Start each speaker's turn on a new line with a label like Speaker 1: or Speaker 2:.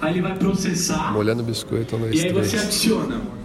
Speaker 1: aí ele vai processar.
Speaker 2: Molhando biscoito no
Speaker 1: E aí
Speaker 2: estresse.
Speaker 1: você adiciona